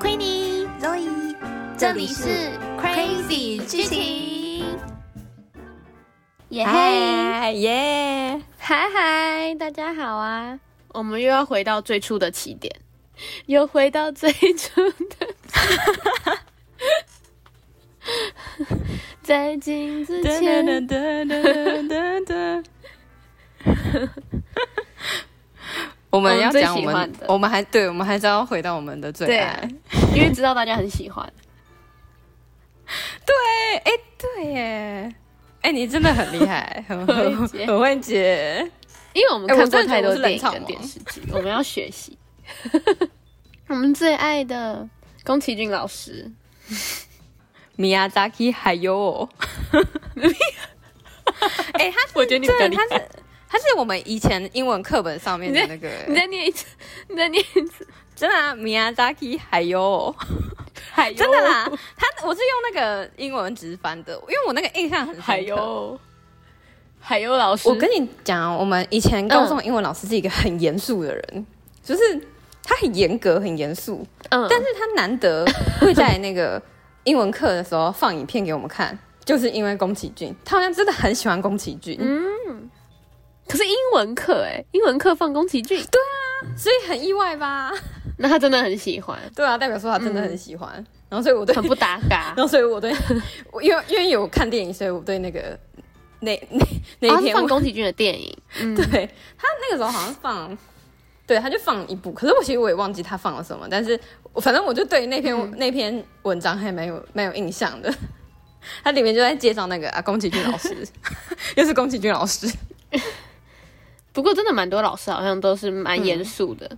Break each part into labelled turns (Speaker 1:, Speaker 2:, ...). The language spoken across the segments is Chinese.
Speaker 1: Queenie，
Speaker 2: Zoe，
Speaker 1: 这里是 Crazy 剧情。耶嘿，
Speaker 2: 嗨耶！
Speaker 1: 嗨嗨，大家好啊！
Speaker 3: 我们又要回到最初的起点。
Speaker 1: 又回到最初的， 在镜子
Speaker 2: 哒
Speaker 1: 前
Speaker 2: 哒哒哒哒哒哒。我们要讲
Speaker 1: 我们
Speaker 2: 我
Speaker 1: 最喜欢
Speaker 2: 们
Speaker 1: 的，
Speaker 2: 我们还对，我们还是要回到我们的最
Speaker 1: 对
Speaker 2: 爱
Speaker 1: 啊。因为知道大家很喜欢。
Speaker 2: 对，哎、对耶，哎、你真的很厉害，很很
Speaker 1: 很会接
Speaker 2: 很会接。
Speaker 3: 因为我们
Speaker 2: 哎
Speaker 3: 看
Speaker 2: 我真
Speaker 3: 过
Speaker 2: 的觉
Speaker 3: 太
Speaker 2: 得我
Speaker 3: 多
Speaker 2: 是
Speaker 3: 电
Speaker 2: 冷
Speaker 3: 影
Speaker 2: 场
Speaker 3: 跟
Speaker 2: 王
Speaker 3: 电视剧，哦我们要学习。 我们最爱的宫崎骏老师，
Speaker 2: 米亚扎基还有我， 哎、他
Speaker 3: 我觉得你比较
Speaker 2: 对，
Speaker 3: 厉
Speaker 2: 他
Speaker 3: 害。
Speaker 2: 是他是我们以前英文课本上面的那个，
Speaker 3: 你再念一次，你再念一次，
Speaker 2: 真的啊，米亚扎基还有我，
Speaker 3: 海
Speaker 2: 真的啦，他我是用那个英文直翻的，因为我那个印象很深刻
Speaker 3: 海优，海优老师，
Speaker 2: 我跟你讲，啊我们以前高中的英文老师是一个很严肃的人，就是他很严格、很严肃，
Speaker 3: 嗯，
Speaker 2: 但是他难得会在那个英文课的时候放影片给我们看，就是因为宫崎骏，他好像真的很喜欢宫崎骏，
Speaker 3: 可是英文课哎、英文课放宫崎骏，
Speaker 2: 所以很意外吧？
Speaker 3: 那他真的很喜欢，
Speaker 2: 对啊，代表说他真的很喜欢。然后所以我对，。
Speaker 3: 很不搭嘎
Speaker 2: 然后所以我对，我因为因为有看电影，所以我对那个那那那
Speaker 3: 哦
Speaker 2: 一
Speaker 3: 是
Speaker 2: 天我、
Speaker 3: 放宫崎骏的电影，嗯，
Speaker 2: 对他那个时候好像放，对，他就放一部，可是我其实我也忘记他放了什么，但是我反正我就对那篇、那篇文章还蛮有蛮有印象的。他里面就在介绍那个啊，宫崎骏老师， 又是宫崎骏老师。
Speaker 3: 不过真的蛮多老师好像都是蛮严肃的，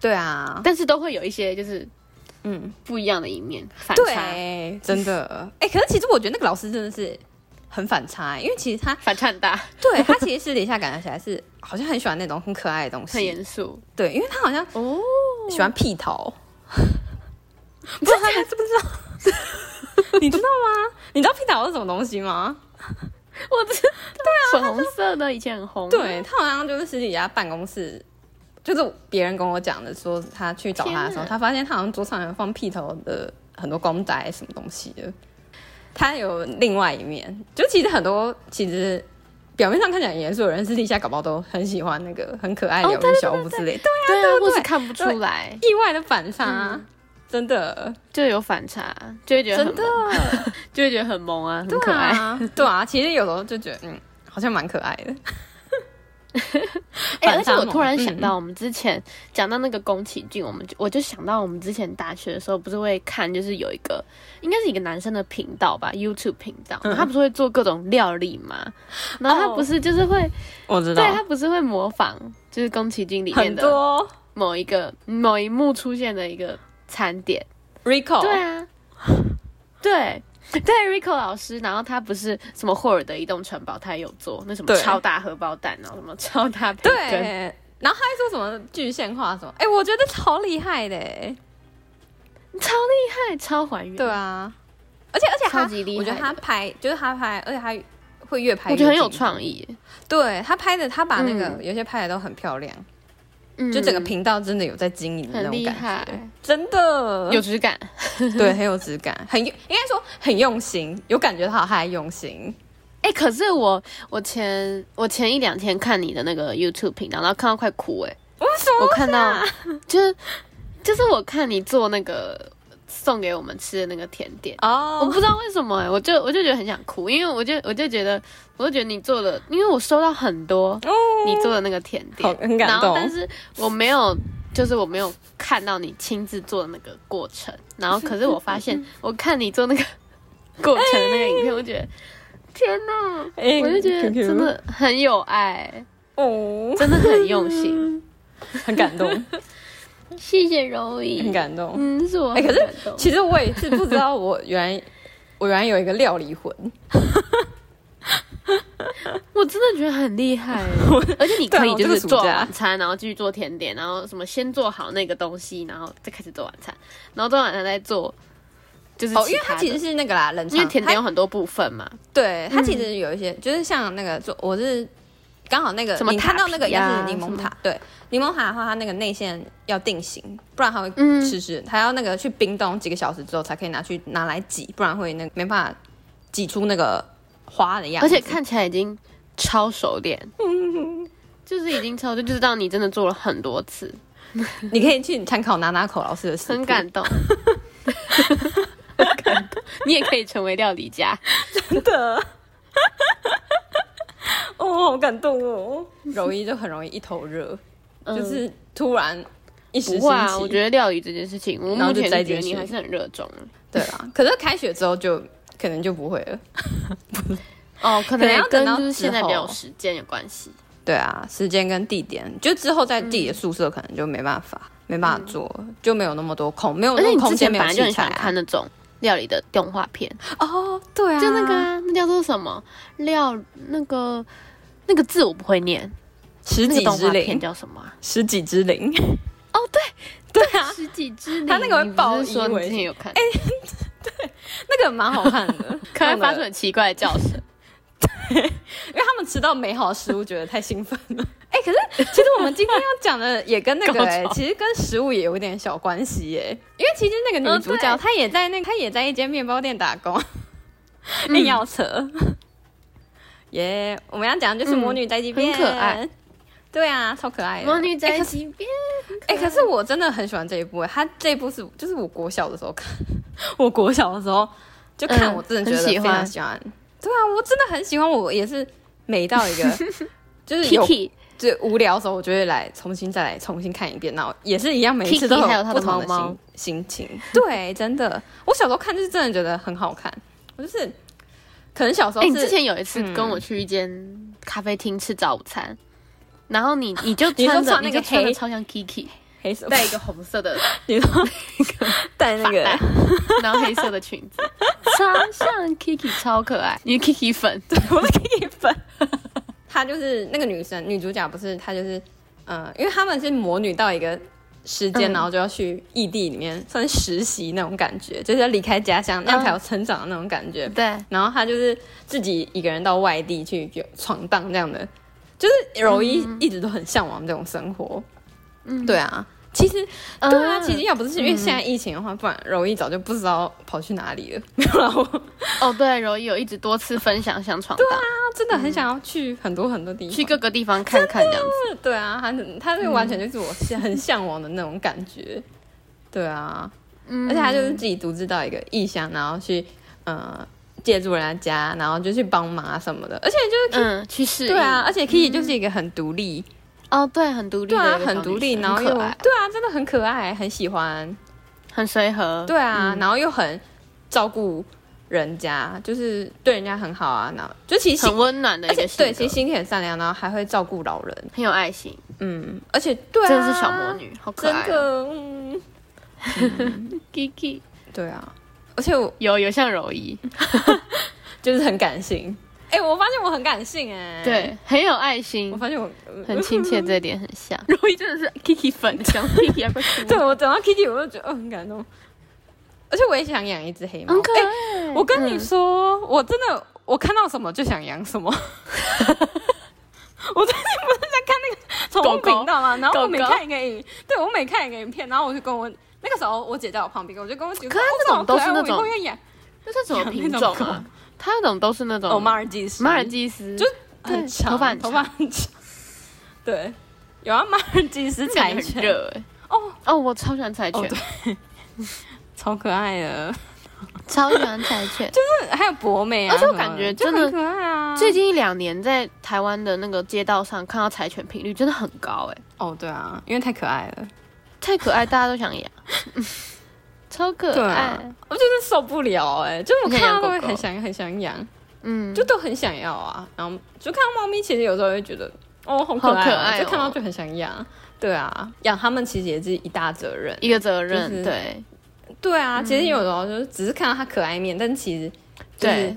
Speaker 2: 对啊，
Speaker 3: 但是都会有一些就是
Speaker 2: 嗯，
Speaker 3: 不一样的一面反差，
Speaker 2: 对，真的。 哎、可是其实我觉得那个老师真的是很反差、因为其实他
Speaker 3: 反差很大，
Speaker 2: 对他其实私底下感觉起来是好像很喜欢那种很可爱的东
Speaker 3: 很
Speaker 2: 西，
Speaker 3: 严肃
Speaker 2: 对，因为他好像
Speaker 3: 哦。
Speaker 2: 喜欢屁桃， 不知道他知不知道？你知道 吗？你知道屁桃是什么东西吗？
Speaker 3: 我知道，粉红色的以前很红，啊
Speaker 2: 对他好像就是私底下办公室，就是别人跟我讲的，说他去找他的时
Speaker 3: 天
Speaker 2: 候，
Speaker 3: 哪
Speaker 2: 他发现他好像桌上有放屁头的很多公仔什么东西的。他有另外一面，就其实很多其实表面上看起来很严肃的人，私底下搞不好都很喜欢那个很可爱
Speaker 3: 哦
Speaker 2: 的
Speaker 3: 对对
Speaker 2: 小屋之类的，
Speaker 3: 对啊，或是
Speaker 2: 对
Speaker 3: 看不出来
Speaker 2: 意外的反差啊，真的。
Speaker 3: 就有反差，就会觉得很
Speaker 2: 真的
Speaker 3: 萌，就会觉得很萌啊，很
Speaker 2: 对
Speaker 3: 可爱。
Speaker 2: 啊， 对啊，其实有时候就觉得，嗯，好像蛮可爱的。
Speaker 3: 哎、
Speaker 2: 反
Speaker 3: 而且
Speaker 2: 差
Speaker 3: 我
Speaker 2: 萌嗯
Speaker 3: 突然想到，我们之前讲到那个宫崎骏，我们就我就想到我们之前大学的时候，不是会看，就是有一个应该是一个男生的频道吧，YouTube 频道，他不是会做各种料理嘛，然后他
Speaker 2: 嗯哦
Speaker 3: 不是就是会，
Speaker 2: 我知
Speaker 3: 对他不是会模仿，就是宫崎骏里面
Speaker 2: 很
Speaker 3: 的
Speaker 2: 多
Speaker 3: 某一个某一幕出现的一个餐点，
Speaker 2: Rico，
Speaker 3: 对啊， 对。对，Rico 老师，然后他不是什么霍尔的移动城堡，他也有做那什么
Speaker 2: 对
Speaker 3: 超大荷包蛋，然后什么超大培根，
Speaker 2: 对然后他还说什么具象化什么，哎、我觉得超厉害的、哎
Speaker 3: 嗯超厉害，超还原。
Speaker 2: 对啊，而且而且他
Speaker 3: 超级厉害的
Speaker 2: 我觉得他拍就是他拍，而且他会越拍越，
Speaker 3: 我觉得很有，创意耶，
Speaker 2: 对他拍的，他把那个、
Speaker 3: 嗯
Speaker 2: 有些拍的都很漂亮，
Speaker 3: 嗯
Speaker 2: 就整个频道真的有在经营的那
Speaker 3: 很
Speaker 2: 种
Speaker 3: 厉
Speaker 2: 感觉，嗯
Speaker 3: 害，
Speaker 2: 真的
Speaker 3: 有质感。
Speaker 2: 对很有质感，很用应该说很用心，有感觉到他还用心，
Speaker 3: 哎、可是我我前我前一两天看你的那个 YouTube 频道，然后看到快哭哎、
Speaker 2: 我什么啊
Speaker 3: 我看到就是就是我看你做那个送给我们吃的那个甜点。
Speaker 2: 哦
Speaker 3: 我不知道为什么哎、我就我就觉得很想哭，因为我就我就觉得，我就觉得你做的，因为我收到很多你做的那个甜
Speaker 2: 哦好
Speaker 3: 点，
Speaker 2: 很感
Speaker 3: 然
Speaker 2: 动
Speaker 3: 后但是我没有，就是我没有看到你亲自做的那个过程，然后可是我发 现，我看你做那个过程的那个影片，我觉得天哪，
Speaker 2: 哎
Speaker 3: 我就觉得
Speaker 2: QQ
Speaker 3: 真的很有爱，
Speaker 2: 哦，
Speaker 3: 真的很用心，
Speaker 2: 很感动，
Speaker 3: 谢谢柔仪，
Speaker 2: 很感动。
Speaker 3: 嗯，是我
Speaker 2: 哎
Speaker 3: 很
Speaker 2: 可是
Speaker 3: 感动，
Speaker 2: 其实我也是不知道，我原 来我原来有一个料理魂，
Speaker 3: 我真的觉得很厉 害，欸而且你可以
Speaker 2: 对
Speaker 3: 就
Speaker 2: 啊我
Speaker 3: 是
Speaker 2: 这个暑假
Speaker 3: 做晚餐，然后继续做甜点，然后什么先做好那个东西，然后再开始做晚餐，然后做晚餐再做，就是
Speaker 2: 哦，因为
Speaker 3: 他
Speaker 2: 它
Speaker 3: 的
Speaker 2: 其实是那个啦，冷藏，
Speaker 3: 因为甜点哦嗯
Speaker 2: 它
Speaker 3: 有很多部分嘛，
Speaker 2: 对它其实有一些，就是像那个做，我是刚好那个
Speaker 3: 什么
Speaker 2: 你
Speaker 3: 塔
Speaker 2: 看到那个
Speaker 3: 皮
Speaker 2: 也是
Speaker 3: 啊
Speaker 2: 柠檬
Speaker 3: 什
Speaker 2: 塔，对，柠檬塔的话，它那个内馅要定型，不然它会
Speaker 3: 嗯
Speaker 2: 湿湿，它要那个去冰冻几个小时之后才可以拿去拿来挤，不然会那个没办法挤出那个花的样子。
Speaker 3: 而且看起来已经超熟练， 就是已经超就就知道你真的做了很多次，
Speaker 2: 你可以去参考娜娜口老师的啊食谱
Speaker 3: 很感 动。很感动，你也可以成为料理家。
Speaker 2: 的。哦，好感动哦！柔一就很容易一头热， 就是突然一时
Speaker 3: 嗯不
Speaker 2: 兴
Speaker 3: 会啊，我
Speaker 2: 起。
Speaker 3: 觉得料理这件事情，我
Speaker 2: 然后
Speaker 3: 目
Speaker 2: 就
Speaker 3: 前
Speaker 2: 栽
Speaker 3: 是觉得
Speaker 2: 进
Speaker 3: 你
Speaker 2: 去
Speaker 3: 还是很热衷。
Speaker 2: 对啊，可是开学之后就可能就不会了。
Speaker 3: 哦，可
Speaker 2: 能
Speaker 3: 能
Speaker 2: 要
Speaker 3: 也跟
Speaker 2: 等到
Speaker 3: 就是现在
Speaker 2: 之后
Speaker 3: 比较有时间有关系。
Speaker 2: 对啊，时间跟地点，就之后在自己的宿舍可能就没办法，没办法做，就没有那么多空，没有
Speaker 3: 嗯而
Speaker 2: 那
Speaker 3: 且
Speaker 2: 么
Speaker 3: 你
Speaker 2: 空
Speaker 3: 之
Speaker 2: 间，
Speaker 3: 前
Speaker 2: 没
Speaker 3: 本来
Speaker 2: 有
Speaker 3: 就
Speaker 2: 器
Speaker 3: 很喜
Speaker 2: 材
Speaker 3: 欢
Speaker 2: 啊、
Speaker 3: 看那种料理的动画片，
Speaker 2: 哦，对啊，
Speaker 3: 就那个啊，那叫做什么料那个。那个字我不会念，
Speaker 2: 十
Speaker 3: 那个
Speaker 2: 几
Speaker 3: 动
Speaker 2: 之
Speaker 3: 画片
Speaker 2: 灵，
Speaker 3: 叫什么、 啊？
Speaker 2: 十几 之灵，
Speaker 3: 十几之灵，
Speaker 2: 它那个会
Speaker 3: 你不是
Speaker 2: 爆音
Speaker 3: 说你
Speaker 2: 为哎
Speaker 3: 之前
Speaker 2: 止
Speaker 3: 有看？，
Speaker 2: 那个蛮好 看的
Speaker 3: 可能发出
Speaker 2: 因
Speaker 3: 很奇怪的叫声。
Speaker 2: 为他们吃到美好的食物，觉得太兴奋了。 哎、可是其实我们今天要讲的也跟那 个、
Speaker 3: 高
Speaker 2: 哎
Speaker 3: 潮
Speaker 2: 其实跟食物也有点小关系耶、因为其实那个
Speaker 3: 哦
Speaker 2: 女主角、
Speaker 3: 对
Speaker 2: 她也在那她也在一间面包店打工，
Speaker 3: 嗯
Speaker 2: 硬要扯。 耶、我们要讲的就是《魔女宅急便》
Speaker 3: 嗯很可爱。
Speaker 2: 对啊，超可爱的。
Speaker 3: 魔女
Speaker 2: 哎
Speaker 3: 宅
Speaker 2: 可是
Speaker 3: 急便，
Speaker 2: 哎、可是我真的很喜欢这一部、哎，它这一部是就是我国小的时候看，我国小的时候就看，
Speaker 3: 嗯
Speaker 2: 我真的觉得
Speaker 3: 很
Speaker 2: 非
Speaker 3: 喜欢
Speaker 2: 常喜欢。对啊，我真的很喜欢，我也是美 到一个，就是哎有
Speaker 3: Kiki
Speaker 2: 就无聊的时候，我就会来重新再来重新看一遍，然后也是一样，每一次
Speaker 3: Kiki
Speaker 2: 都
Speaker 3: 还有他
Speaker 2: 不
Speaker 3: 的
Speaker 2: 同
Speaker 3: 猫猫
Speaker 2: 心心情。对，真的，我小时候看就是真的觉得很好看，我就是可能小时候
Speaker 3: 哎、你
Speaker 2: 是、
Speaker 3: 之前有一次
Speaker 2: 嗯
Speaker 3: 跟我去一间咖啡厅吃早餐，然后你你就
Speaker 2: 你说
Speaker 3: 穿着
Speaker 2: 穿那个
Speaker 3: 你就穿
Speaker 2: 黑
Speaker 3: 的超像 Kiki，
Speaker 2: 黑手
Speaker 3: 戴一个红色的
Speaker 2: 你 说带那个
Speaker 3: 发带，然后黑色的裙子，超像 Kiki，超可爱，你是 Kiki 粉，
Speaker 2: 对，我是 Kiki 粉。她就是那个女生，女主角不是她就是，呃，因为他们是魔女到一个时间，
Speaker 3: 嗯
Speaker 2: 然后就要去异地里面算是实习那种感觉，就是要离开家乡，
Speaker 3: 嗯
Speaker 2: 那样才有成长的那种感觉。
Speaker 3: 对，
Speaker 2: 然后她就是自己一个人到外地去有闯荡这样的，就是柔一一直都很向往这种生活。
Speaker 3: 嗯
Speaker 2: 对啊，其实
Speaker 3: 嗯
Speaker 2: 对啊，其实要不是因为现在疫情的话，不然柔一早就不知道跑去哪里了。没有啦，我
Speaker 3: 哦对，柔一有一直多次分享想闯荡，
Speaker 2: 真的很
Speaker 3: 嗯
Speaker 2: 想要去很多很多地方，
Speaker 3: 去各个地方看看这样子，
Speaker 2: 对啊，他他这个完全
Speaker 3: 嗯
Speaker 2: 就是我向很向往的那种感觉。对啊，
Speaker 3: 嗯，
Speaker 2: 而且他就是自己独自到一个异乡，然后去呃借住人家家，然后就去帮忙啊什么的。而且就是
Speaker 3: 嗯去适应，
Speaker 2: 对啊，，而且 Kiki 就是一个很独立，
Speaker 3: 哦嗯对，很独立
Speaker 2: 对
Speaker 3: 的一个小，
Speaker 2: 啊
Speaker 3: 女生，
Speaker 2: 很独立，然后
Speaker 3: 很
Speaker 2: 又
Speaker 3: 可
Speaker 2: 对
Speaker 3: 爱，嗯
Speaker 2: 啊，真的很可爱，很喜欢。
Speaker 3: 很随和，
Speaker 2: 对啊，然后又很照顾人家，就是对人家很好啊。然后就其实
Speaker 3: 很
Speaker 2: 心，
Speaker 3: 温暖的
Speaker 2: 而
Speaker 3: 一
Speaker 2: 且
Speaker 3: 个
Speaker 2: 对，
Speaker 3: 性
Speaker 2: 其
Speaker 3: 格
Speaker 2: 实心地很善良，然后还会照顾老人。
Speaker 3: 很有爱心，
Speaker 2: 嗯，而且对啊，
Speaker 3: 真的是小魔，女，好可
Speaker 2: 真
Speaker 3: 爱哦、
Speaker 2: 的，嗯。
Speaker 3: Kiki
Speaker 2: 对啊，而且我
Speaker 3: 有有像柔一，
Speaker 2: 就是很感性。哎、我发现我很感性哎、，
Speaker 3: 对，很有爱心
Speaker 2: 我，发现我呃
Speaker 3: 很亲切，这一点很像。柔一真的是 Kiki 粉，讲 Kiki 啊还快哭
Speaker 2: 对我讲到 Kitty，我就觉得哦很感动。而且我也想养一只黑猫。
Speaker 3: 很可
Speaker 2: 哎
Speaker 3: 爱。
Speaker 2: 我跟你
Speaker 3: 嗯
Speaker 2: 说，我真的我看到什么就想养什么。 我最近不是在看那个宠物
Speaker 3: 狗狗
Speaker 2: 频道吗？然后我
Speaker 3: 狗
Speaker 2: 每
Speaker 3: 狗
Speaker 2: 看一个影，对我每看一个影片，然后我就跟我那个时候我姐在我旁边，我就跟我姐说：“
Speaker 3: 可是
Speaker 2: 哦
Speaker 3: 那
Speaker 2: 这好
Speaker 3: 种都是
Speaker 2: 可爱
Speaker 3: 那
Speaker 2: 我以后
Speaker 3: 种
Speaker 2: 要养
Speaker 3: 那是什么品
Speaker 2: 那
Speaker 3: 种
Speaker 2: 种
Speaker 3: 啊？它那种都是那种
Speaker 2: 哦马尔济斯，
Speaker 3: 马尔济斯，
Speaker 2: 就很
Speaker 3: 对
Speaker 2: 长，
Speaker 3: 头发很
Speaker 2: 头
Speaker 3: 长
Speaker 2: 发很长， 对，有啊，马 尔济斯
Speaker 3: 那
Speaker 2: 柴
Speaker 3: 感觉很
Speaker 2: 犬，
Speaker 3: 热哎。
Speaker 2: 哦
Speaker 3: 哦，我超喜欢柴
Speaker 2: 哦
Speaker 3: 犬
Speaker 2: 对， 超可爱的，
Speaker 3: 超喜欢柴犬。
Speaker 2: 还有博美啊
Speaker 3: 而
Speaker 2: 什
Speaker 3: 且
Speaker 2: 么
Speaker 3: 我
Speaker 2: 的，
Speaker 3: 感觉
Speaker 2: 就
Speaker 3: 真的
Speaker 2: 很可爱啊。
Speaker 3: 最近一两年在台湾的那个街道上看到柴犬频率真的很高哎，
Speaker 2: 哦，对啊，因为太可爱了，
Speaker 3: 太可爱，大家都想养， 超可
Speaker 2: 对啊
Speaker 3: 爱。
Speaker 2: 我就是受不了哎、就我
Speaker 3: 你想养
Speaker 2: 看到都
Speaker 3: 狗
Speaker 2: 会
Speaker 3: 狗
Speaker 2: 很想很想养，
Speaker 3: 嗯，
Speaker 2: 就都很想要啊。然后就看到猫咪，其实有时候会觉得哦，好可
Speaker 3: 好
Speaker 2: 爱,、
Speaker 3: 可爱哦
Speaker 2: 就看到就很想养。对啊，养它们其实也是一大责任。
Speaker 3: 一个嗯责任，
Speaker 2: 就是
Speaker 3: 对
Speaker 2: 对啊，其实有时候就是只是看到它可爱面，但其实就是
Speaker 3: 对，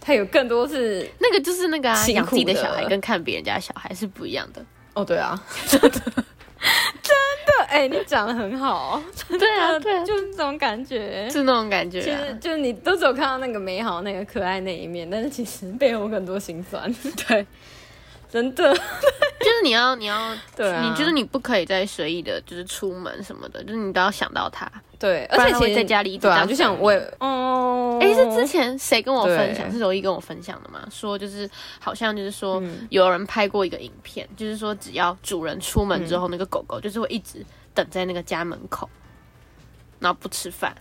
Speaker 2: 它有更多是
Speaker 3: 那个就是那个啊，
Speaker 2: 辛苦
Speaker 3: 养自己的
Speaker 2: 的
Speaker 3: 小孩跟看别人家小孩是不一样 的。
Speaker 2: 哦，对啊，真的，真的，哎、你讲的很 好，
Speaker 3: 对啊，对啊，就
Speaker 2: 就是这种感觉。
Speaker 3: 是那种感觉
Speaker 2: 其
Speaker 3: 啊、
Speaker 2: 实就是你都只 有看到那个美好、那个可爱那一面，但是其实背后有很多心酸。对，真的，
Speaker 3: 就是你要你 要，
Speaker 2: 对啊
Speaker 3: 你就是你不可以再随意的，就是出门什么的，就是你都要想到他。
Speaker 2: 对，
Speaker 3: 不然
Speaker 2: 而且
Speaker 3: 他
Speaker 2: 其
Speaker 3: 会
Speaker 2: 实
Speaker 3: 在家里一直
Speaker 2: 对啊，
Speaker 3: 当
Speaker 2: 就像
Speaker 3: 神
Speaker 2: 我也，哦，
Speaker 3: 哎、是之前谁跟我分享？
Speaker 2: 对
Speaker 3: 是柔一跟我分享的吗？说就是好像就是说
Speaker 2: 嗯
Speaker 3: 有人拍过一个影片，就是说只要主人出门之后，那个狗狗就是会一直等在那个家门口，然后不吃饭。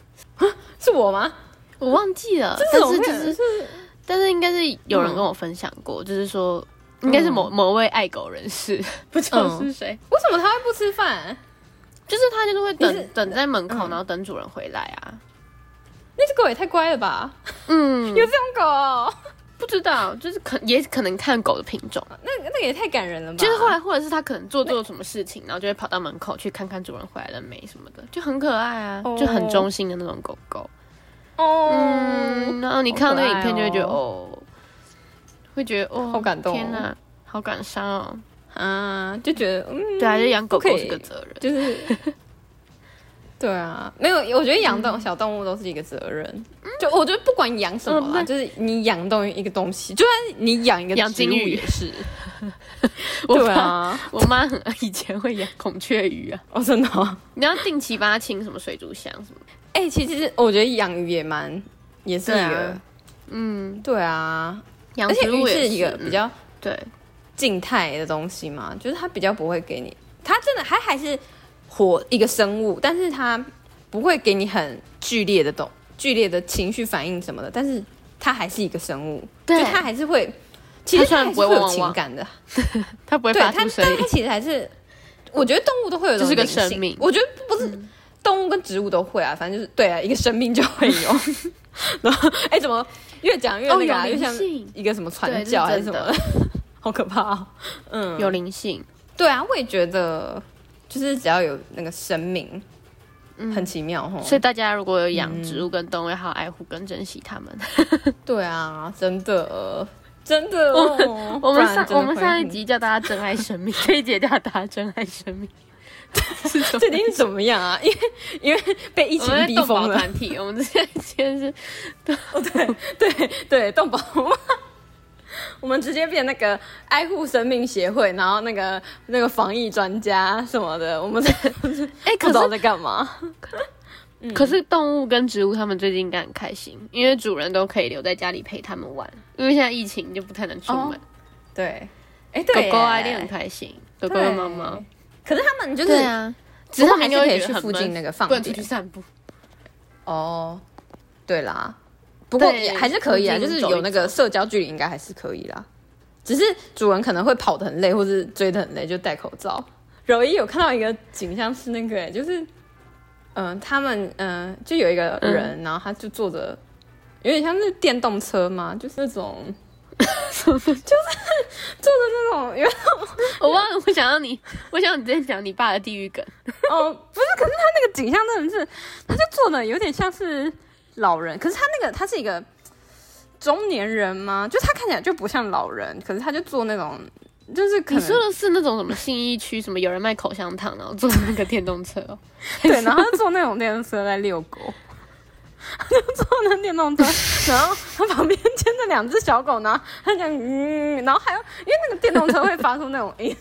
Speaker 2: 是我吗？
Speaker 3: 我忘记了，
Speaker 2: 这
Speaker 3: 但
Speaker 2: 种
Speaker 3: 是
Speaker 2: 会
Speaker 3: 就是嗯但是应该是有人跟我分享过，就是说应该是某、某位爱狗人士，嗯不知道是谁，
Speaker 2: 为什么它会不吃饭？
Speaker 3: 就是他就是嗯会
Speaker 2: 你是
Speaker 3: 等等在门口，然后等主人回来啊。
Speaker 2: 那只狗也太乖了吧！
Speaker 3: 嗯，
Speaker 2: 有这种狗哦，
Speaker 3: 不知道，就是可也可能看狗的品种， 啊
Speaker 2: 那那个也太感人了吧！
Speaker 3: 就是后来或者是他可能做做什么事情，然后就会跑到门口去看看主人回来了没什么的，就很可爱啊
Speaker 2: 哦，
Speaker 3: 就很忠心的那种狗狗。
Speaker 2: 哦，
Speaker 3: 嗯，然后你看到那个影片就会觉得
Speaker 2: 好可爱
Speaker 3: 哦，会觉得哦，
Speaker 2: 好感动哦
Speaker 3: 天哪，好感伤哦。
Speaker 2: 啊，就觉得嗯，
Speaker 3: 对啊，就养狗
Speaker 2: 不可
Speaker 3: 狗
Speaker 2: 以
Speaker 3: 是个责任。
Speaker 2: 就是对啊，没有，我觉得养
Speaker 3: 嗯
Speaker 2: 动小动物都是一个责任。就我觉得不管养什么啦，
Speaker 3: 嗯
Speaker 2: 就是你养动一个东西，就算你养一个
Speaker 3: 养
Speaker 2: 植物
Speaker 3: 金鱼
Speaker 2: 也 是，
Speaker 3: 我
Speaker 2: 对
Speaker 3: 妈，
Speaker 2: 啊，
Speaker 3: 我妈很以前会养孔雀鱼啊，
Speaker 2: 哦，真的哦、
Speaker 3: 你要定期帮它清什么水族箱什么的。
Speaker 2: 哎、其实我觉得养鱼也蛮，也是一
Speaker 3: 对啊
Speaker 2: 个，
Speaker 3: 嗯，
Speaker 2: 对啊，
Speaker 3: 养
Speaker 2: 而且
Speaker 3: 植
Speaker 2: 鱼
Speaker 3: 物也
Speaker 2: 是一个比
Speaker 3: 嗯
Speaker 2: 较
Speaker 3: 对，
Speaker 2: 静态的东西嘛，就是它比较不会给你，它真的它还是活一个生物，但是它不会给你很剧烈的动剧烈的情绪反应什么的，但是它还是一个生物，
Speaker 3: 对
Speaker 2: 就它还是会，其实
Speaker 3: 它虽然
Speaker 2: 还是
Speaker 3: 不会
Speaker 2: 会有
Speaker 3: 汪
Speaker 2: 情
Speaker 3: 汪
Speaker 2: 感的，
Speaker 3: 它不会
Speaker 2: 对
Speaker 3: 发
Speaker 2: 它，
Speaker 3: 出
Speaker 2: 但
Speaker 3: 声音。
Speaker 2: 它其实还是，我觉得动物都会有这种
Speaker 3: 就是个
Speaker 2: 灵性
Speaker 3: 生命
Speaker 2: 我觉得不是、动物跟植物都会啊，反正就是对啊，一个生命就会有。 然后哎、怎么越讲越那个、啊
Speaker 3: 哦有
Speaker 2: 越
Speaker 3: 灵
Speaker 2: 像
Speaker 3: 性
Speaker 2: 一个什么传
Speaker 3: 对这
Speaker 2: 教
Speaker 3: 是
Speaker 2: 还是什
Speaker 3: 真
Speaker 2: 么
Speaker 3: 的
Speaker 2: 的， 好可怕、哦。嗯，
Speaker 3: 有灵性，
Speaker 2: 对啊，我也觉得，就是只要有那个生命，很奇妙哦。嗯
Speaker 3: 所以大家如果有养植物跟动物，要好好爱护跟珍惜它 们。
Speaker 2: 对啊，真的，真的哦、
Speaker 3: 我
Speaker 2: 不
Speaker 3: 们
Speaker 2: 然
Speaker 3: 上
Speaker 2: 真的
Speaker 3: 我们
Speaker 2: 会嗯
Speaker 3: 上一
Speaker 2: 很，
Speaker 3: 集叫大家珍爱生 命，这一集也叫大家珍爱生命。是 什么
Speaker 2: 这一定是怎么样啊？因为因为被疫
Speaker 3: 我
Speaker 2: 情
Speaker 3: 们在
Speaker 2: 逼
Speaker 3: 动
Speaker 2: 疯
Speaker 3: 保
Speaker 2: 了，
Speaker 3: 团体，我们之前先是
Speaker 2: 对对，动保。 我们直接变那个爱护生命协会，然后那个那个防疫专家什么的，我们在
Speaker 3: 哎，可
Speaker 2: 不知道
Speaker 3: 是
Speaker 2: 在干嘛。
Speaker 3: 可
Speaker 2: 嗯
Speaker 3: 是动物跟植物它们最近应该很开心，因为主人都可以留在家里陪它们玩，因为现在疫情就不太能出门。
Speaker 2: 对，哎，
Speaker 3: 狗
Speaker 2: 哦对耶，
Speaker 3: 狗啊一定很开心，狗狗跟猫猫
Speaker 2: 对。。可是他们就是
Speaker 3: 对啊，只
Speaker 2: 不
Speaker 3: 是它
Speaker 2: 过还
Speaker 3: 们
Speaker 2: 是
Speaker 3: 就会
Speaker 2: 可以
Speaker 3: 觉
Speaker 2: 去
Speaker 3: 得很
Speaker 2: 附近那
Speaker 3: 闷
Speaker 2: 个放
Speaker 3: 不能出
Speaker 2: 点
Speaker 3: 去散步。
Speaker 2: 哦，对啦，不过
Speaker 3: 对
Speaker 2: 也还是可以啊，
Speaker 3: 附
Speaker 2: 就
Speaker 3: 近
Speaker 2: 是
Speaker 3: 走一
Speaker 2: 有那个社交距离，应该还是可以啦。只是主人可能会跑得很累，或是追得很累，就戴口罩。柔一有看到一个景象是那个、就是，嗯、他们嗯、呃就有一个人，然后他就坐着，有点像是电动车嘛，就是那种， 就是坐着那种，因为
Speaker 3: 我忘了，我想要你，我想要你之前讲你爸的地狱梗。
Speaker 2: 哦，不是，可是他那个景象真的是，他就做的有点像是老人，可是他那个他是一个中年人吗？就他看起来就不像老人，可是他就做那种，就是可
Speaker 3: 你
Speaker 2: 能
Speaker 3: 说的是那种什么信义区什么有人卖口香糖，然后坐那个电动车、 哦，
Speaker 2: 对，然后他坐那种电动车在遛狗，他就坐那电动车，然后他旁边牵着两只小狗，然后他讲嗯，然后还有因为那个电动车会发出那种音，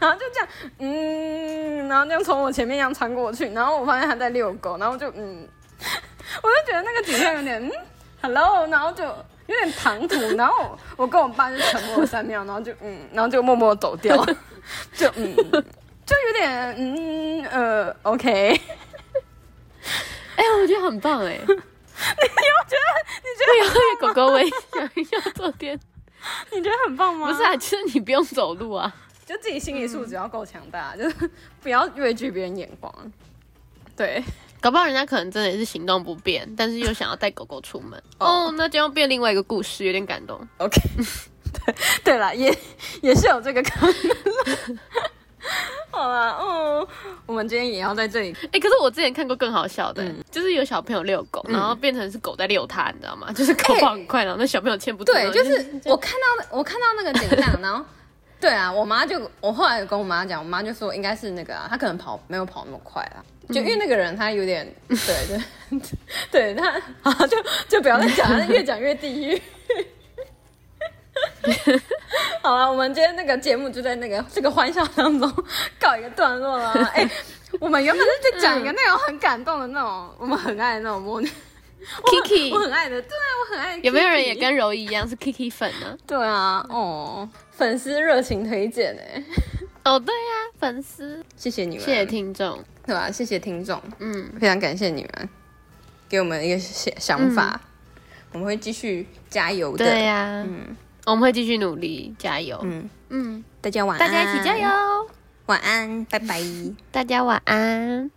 Speaker 2: 然后就这样嗯，然后这样从我前面一样穿过去，然后我发现他在遛狗，然后我就嗯，我就觉得那个景象有点嗯，hello，然后就。有点唐突，然后我我跟我爸就沉默了三秒，然后就嗯，然后就默默走掉， 就嗯，就有点嗯呃，OK，
Speaker 3: 哎、我觉得很棒哎、啊你有觉得？你觉得以后给狗狗我也想一下坐 电，
Speaker 2: 你觉得很棒吗？
Speaker 3: 不是啊，就是你不用走路啊。
Speaker 2: 就自己心理素质要够强大，就是不要畏惧别人眼光。对，
Speaker 3: 搞不好人家可能真的也是行动不便，但是又想要带狗狗出门。哦，那就要变另外一个故事，有点感动。
Speaker 2: 对了，也也是有这个可能啦。 好啦，嗯，我们今天也要在这里，
Speaker 3: 哎、可是我之前看过更好笑的、欸就是有小朋友遛狗，然后变成是狗在遛它，你知道吗？就是狗跑很快，然后那小朋友牵不住。然
Speaker 2: 对，
Speaker 3: 后
Speaker 2: 就是我看到我看到那个景 象，然后对啊，我妈就我后来有跟我妈讲，我妈就说应该是那个啊，她可能跑没有跑那么快啦，就因为
Speaker 3: 嗯
Speaker 2: 那个人他有点对对 对，他啊就就不要再讲了，越讲越地狱。 好了，我们今天那个节目就在那个这个欢笑当中 告一个段落了。哎、我们原本是
Speaker 3: 嗯
Speaker 2: 在讲一个那种很感动的那种，我们很爱的那种默念。
Speaker 3: Kiki
Speaker 2: 我很爱的，对啊，我很爱 Kiki。
Speaker 3: 有没有人也跟柔一一样是 Kiki 粉呢？
Speaker 2: 对啊，哦，粉丝热情推荐哎，
Speaker 3: 哦，对呀、粉丝，
Speaker 2: 谢谢你们，
Speaker 3: 谢谢听众，
Speaker 2: 对吧、谢谢听众，
Speaker 3: 嗯，
Speaker 2: 非常感谢你们给我们一个想想法，我们会继续加油的。
Speaker 3: 对呀、啊
Speaker 2: 嗯
Speaker 3: 我们会继续努力，加油，
Speaker 2: 嗯，
Speaker 3: 嗯，
Speaker 2: 大家晚
Speaker 3: 大
Speaker 2: 安，
Speaker 3: 家一起加，油，
Speaker 2: 晚安，拜拜。
Speaker 3: 大家晚安。